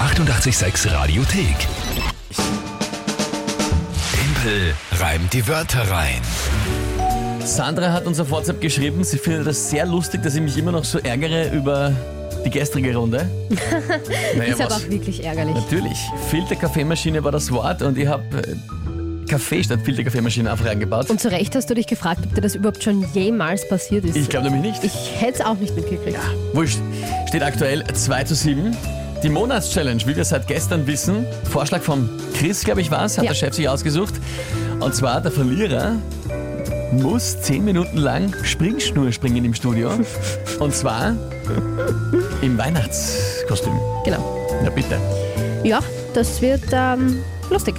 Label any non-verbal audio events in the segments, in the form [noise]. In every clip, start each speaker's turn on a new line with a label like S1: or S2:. S1: 886 Radiothek. Tempel reimt die Wörter rein.
S2: Sandra hat uns auf WhatsApp geschrieben, sie findet das sehr lustig, dass ich mich immer noch so ärgere über die gestrige
S3: [laughs]
S2: Runde. naja,
S3: Ist aber auch wirklich ärgerlich.
S2: Natürlich. Filterkaffeemaschine war das Wort und ich habe äh, Kaffee statt Filterkaffeemaschine einfach reingebaut.
S3: Und zu Recht hast du dich gefragt, ob dir das überhaupt schon jemals passiert ist.
S2: Ich glaube nämlich nicht.
S3: Ich hätte es auch nicht mitgekriegt.
S2: Wurscht. Steht aktuell 2 zu 7. Die Monatschallenge, wie wir seit gestern wissen, Vorschlag von Chris, glaube ich, war es, hat
S3: Ja.
S2: der Chef sich ausgesucht. Und zwar der Verlierer muss 10 Minuten lang Springschnur springen im
S3: [laughs]
S2: Studio. Und zwar im Weihnachtskostüm.
S3: Genau.
S2: Na bitte.
S3: Ja, das wird ähm, lustig.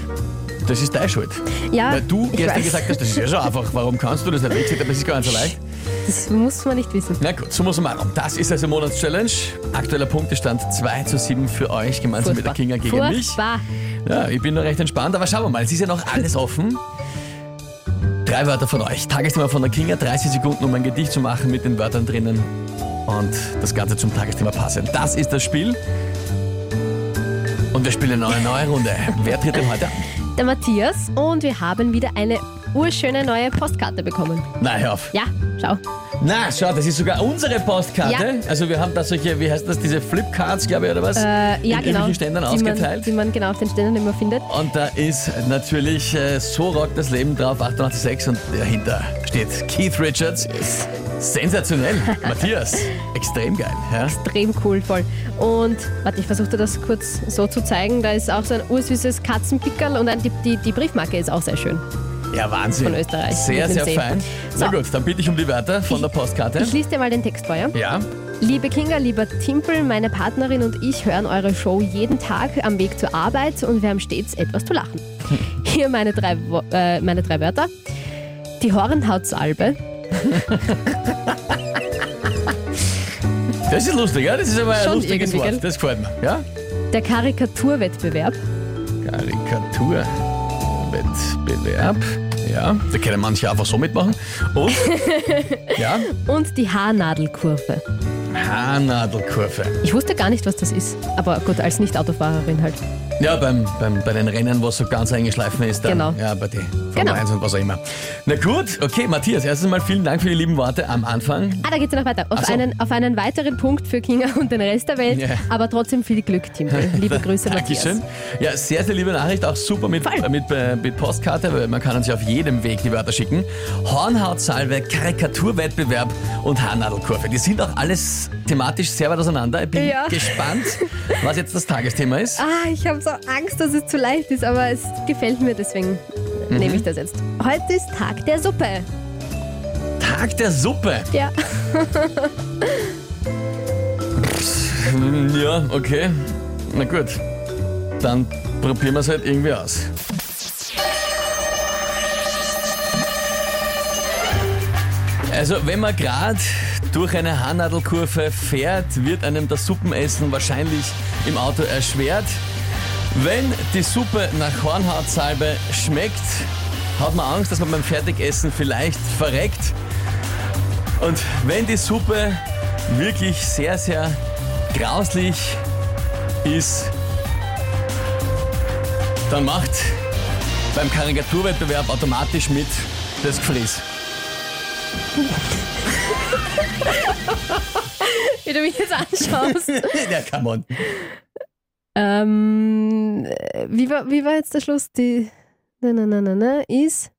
S2: Das ist deine Schuld.
S3: Ja,
S2: Weil du
S3: ich
S2: gestern
S3: weiß.
S2: gesagt hast, das ist ja schon einfach. Warum kannst du das nicht? Ich hab gesagt, das ist gar nicht so leicht.
S3: [laughs] Das muss man nicht wissen.
S2: Na gut, so muss man machen. Das ist also Monatschallenge. Aktueller Punktestand 2 zu 7 für euch, gemeinsam mit der Kinga gegen mich.
S3: Furchtbar.
S2: Ja, ich bin noch recht entspannt, aber schauen wir mal, es ist ja noch alles offen. Drei Wörter von euch. Tagesthema von der Kinga, 30 Sekunden, um ein Gedicht zu machen mit den Wörtern drinnen. Und das Ganze zum Tagesthema passend. Das ist das Spiel. Und wir spielen eine neue, neue Runde. Wer tritt denn heute an?
S3: Der Matthias und wir haben wieder eine urschöne neue Postkarte bekommen.
S2: Nein, hör auf.
S3: Ja, schau.
S2: Na, schau, das ist sogar unsere Postkarte.
S3: Ja.
S2: Also wir haben da solche, wie heißt das, diese Flipcards, glaube ich, oder was?
S3: Äh, ja,
S2: In
S3: genau.
S2: irgendwelchen Ständern
S3: die, man,
S2: ausgeteilt.
S3: die man genau auf den Ständern immer findet.
S2: Und da ist natürlich äh, So rockt das Leben drauf, 88,6 und dahinter steht Keith Richards.
S3: [laughs]
S2: Sensationell. Matthias, extrem geil. Ja?
S3: Extrem cool, voll. Und warte, ich versuchte das kurz so zu zeigen. Da ist auch so ein ursüßes Katzenpickerl und ein, die, die, die Briefmarke ist auch sehr schön.
S2: ja, Wahnsinn.
S3: Von Österreich,
S2: Sehr,
S3: mit dem
S2: sehr
S3: See.
S2: fein. Na
S3: So.
S2: gut, dann bitte ich um die Wörter von der Postkarte.
S3: [laughs] Ich lese dir mal den Text vor, ja?
S2: Ja,
S3: Liebe Kinga, lieber Timpel, meine Partnerin und ich hören eure Show jeden Tag am Weg zur Arbeit und wir haben stets etwas zu lachen. Hier meine drei, Wo äh, meine drei Wörter. Die Hornhautsalbe,
S2: das ist lustig, ja? Das ist aber ein
S3: Schon
S2: lustiges
S3: irgendwie,
S2: Wort.
S3: gell?
S2: Das gefällt mir. Ja?
S3: der Karikaturwettbewerb,
S2: Karikatur. Wettbewerb. Ja, da können manche einfach so mitmachen.
S3: [laughs]
S2: Und, ja,
S3: Und die Haarnadelkurve.
S2: Haarnadelkurve.
S3: Ich wusste gar nicht, was das ist. Aber gut, als Nicht-Autofahrerin halt.
S2: Ja, beim, beim, bei den Rennen, wo es so ganz eingeschleifen ist. Dann,
S3: Genau.
S2: Ja, bei den Formel
S3: Genau.
S2: 1 und was auch immer. Na gut, okay, Matthias, erstens mal vielen Dank für die lieben Worte am Anfang.
S3: Ah, da geht's ja noch weiter.
S2: Ach
S3: Auf,
S2: so.
S3: einen, auf einen weiteren Punkt für Kinga und den Rest der Welt.
S2: Ja.
S3: Aber trotzdem viel
S2: [laughs]
S3: Glück, Timpel. Liebe Grüße,
S2: Dankeschön.
S3: Matthias.
S2: Ja, sehr, sehr liebe Nachricht, auch super mit,
S3: Voll.
S2: äh, mit, äh, mit Postkarte, weil man kann uns ja auf jedem Weg die Wörter schicken. Hornhautsalve, Karikaturwettbewerb und Haarnadelkurve. Die sind auch alles thematisch sehr weit auseinander. Ich bin
S3: Ja.
S2: gespannt, was jetzt das Tagesthema ist.
S3: Ah, ich habe so Angst, dass es zu leicht ist, aber es gefällt mir, deswegen
S2: Mhm.
S3: nehme ich das jetzt. Heute ist Tag der Suppe.
S2: Tag der Suppe.
S3: Ja.
S2: Hm, [laughs] Ja, okay. Na gut. Dann probieren wir es halt irgendwie aus. Also, wenn man gerade durch eine Haarnadelkurve fährt, wird einem das Suppenessen wahrscheinlich im Auto erschwert. Wenn die Suppe nach Hornhautsalbe schmeckt, hat man Angst, dass man beim Fertigessen vielleicht verreckt. Und wenn die Suppe wirklich sehr, sehr grauslich ist, dann macht beim Karikaturwettbewerb automatisch mit das Gefräß.
S3: [laughs] Wie du mich jetzt anschaust.
S2: [laughs] ja, come on.
S3: ähm, äh, wie, war, wie war jetzt der Schluss? Die. Na, na, na, na, na. Ist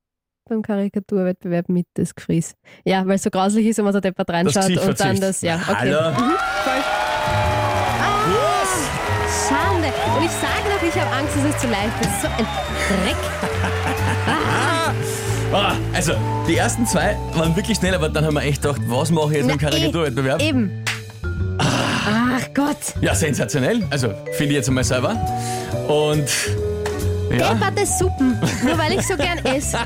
S3: beim Karikaturwettbewerb mit das Gefries. Ja, weil es so grauslich ist und man so deppert reinschaut
S2: Gesicht
S3: und dann
S2: verzichtet.
S3: das. Ja, okay.
S2: Hallo.
S3: Mhm, voll.
S2: Was?
S3: Schande. Und ich sage noch, ich habe Angst, dass es zu leicht ist. So ein Dreck.
S2: Ah, also, die ersten zwei waren wirklich schnell, aber dann haben wir echt gedacht, was mache ich jetzt im
S3: Na, eh,
S2: Karikaturwettbewerb?
S3: Eben. Ach Gott.
S2: Ja, sensationell. Also, finde ich jetzt einmal selber. Und. Ja.
S3: Depperte Suppen. Nur weil ich so gern
S2: [laughs]
S3: esse.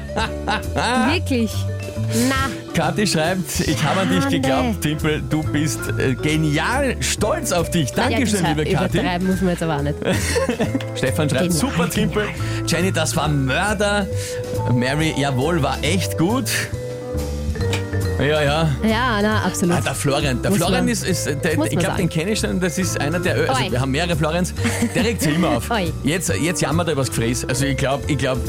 S3: Wirklich. Na,
S2: Kathi schreibt, ich habe an dich
S3: Schande.
S2: geglaubt, Timpel, du bist äh, genial, stolz auf dich. Dankeschön,
S3: ja,
S2: liebe Kathi.
S3: Übertreiben muss man jetzt aber auch nicht.
S2: Stefan schreibt,
S3: Genial,
S2: super Timpel. Jenny, das war Mörder. Mary, jawohl, war echt gut. Ja, ja.
S3: Ja, na, absolut.
S2: Ah, der Florian. Der
S3: Muss
S2: Florian
S3: man-
S2: ist, ist äh, der,
S3: muss
S2: ich
S3: man
S2: glaube, den
S3: sagen.
S2: kenne ich schon. Das ist einer der, Ö- also
S3: Oi.
S2: wir haben mehrere Florians, der regt sich immer auf.
S3: [laughs] Oi.
S2: Jetzt, jetzt jammert er übers Gefräß. Also ich glaube, ich glaube,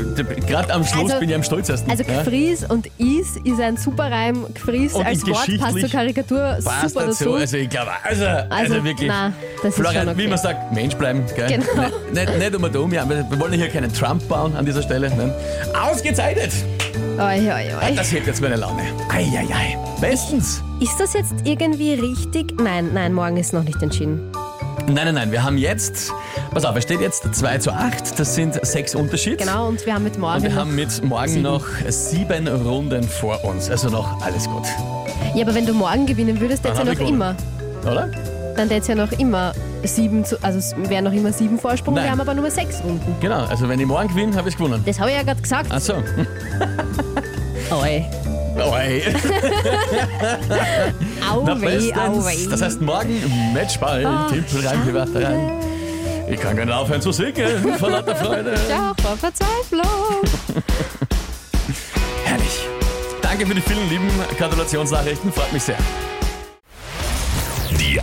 S2: gerade am Schluss
S3: Also-
S2: bin ich am stolzesten.
S3: Also
S2: ja?
S3: Gfries und Is ist ein super Reim. Gfries
S2: Und
S3: als Wort passt
S2: geschichtlich
S3: zur Karikatur
S2: Passt
S3: super
S2: dazu.
S3: dazu.
S2: Also ich glaube, also, also,
S3: Also,
S2: wirklich.
S3: na, das ist
S2: Florian,
S3: schon okay.
S2: wie man sagt, Mensch bleiben. Gell?
S3: Genau.
S2: Nicht, nicht, nicht um und um, ja. Wir wollen hier keinen Trump bauen an dieser Stelle. Nein. Ausgezeichnet!
S3: Oi, oi, oi.
S2: Ah, Das hebt jetzt meine Laune. Eieiei. Bestens.
S3: Ist das jetzt irgendwie richtig? Nein, nein, morgen ist noch nicht entschieden.
S2: Nein, nein, nein. Wir haben jetzt, pass auf, es steht jetzt 2 zu 8. Das sind sechs Unterschied.
S3: Genau, und wir haben mit morgen.
S2: Und wir
S3: noch-
S2: haben mit morgen
S3: sieben.
S2: noch sieben Runden vor uns. Also noch alles gut.
S3: ja, aber wenn du morgen gewinnen würdest, dann
S2: Dann
S3: ja noch
S2: hab ich gewonnen.
S3: immer.
S2: Oder?
S3: Dann hätte ja noch immer sieben, zu, also es wären noch immer sieben Vorsprung,
S2: Nein.
S3: wir haben aber nur sechs Runden.
S2: Genau. Also wenn ich morgen gewinne, habe ich gewonnen.
S3: Das habe ich ja gerade gesagt.
S2: Ach so. [laughs] Ah.
S3: Oi.
S2: Oh, ey.
S3: Au
S2: Na,
S3: weh, au
S2: bestens.
S3: wei.
S2: Das heißt, morgen Matchball
S3: Ah,
S2: im Timpel rein, die Wörter rein. Ich kann gar nicht aufhören zu singen vor lauter
S3: [laughs]
S2: Freude.
S3: Doch, vor Verzweiflung.
S2: Herrlich. Danke für die vielen lieben Gratulationsnachrichten. Freut mich sehr.
S1: Die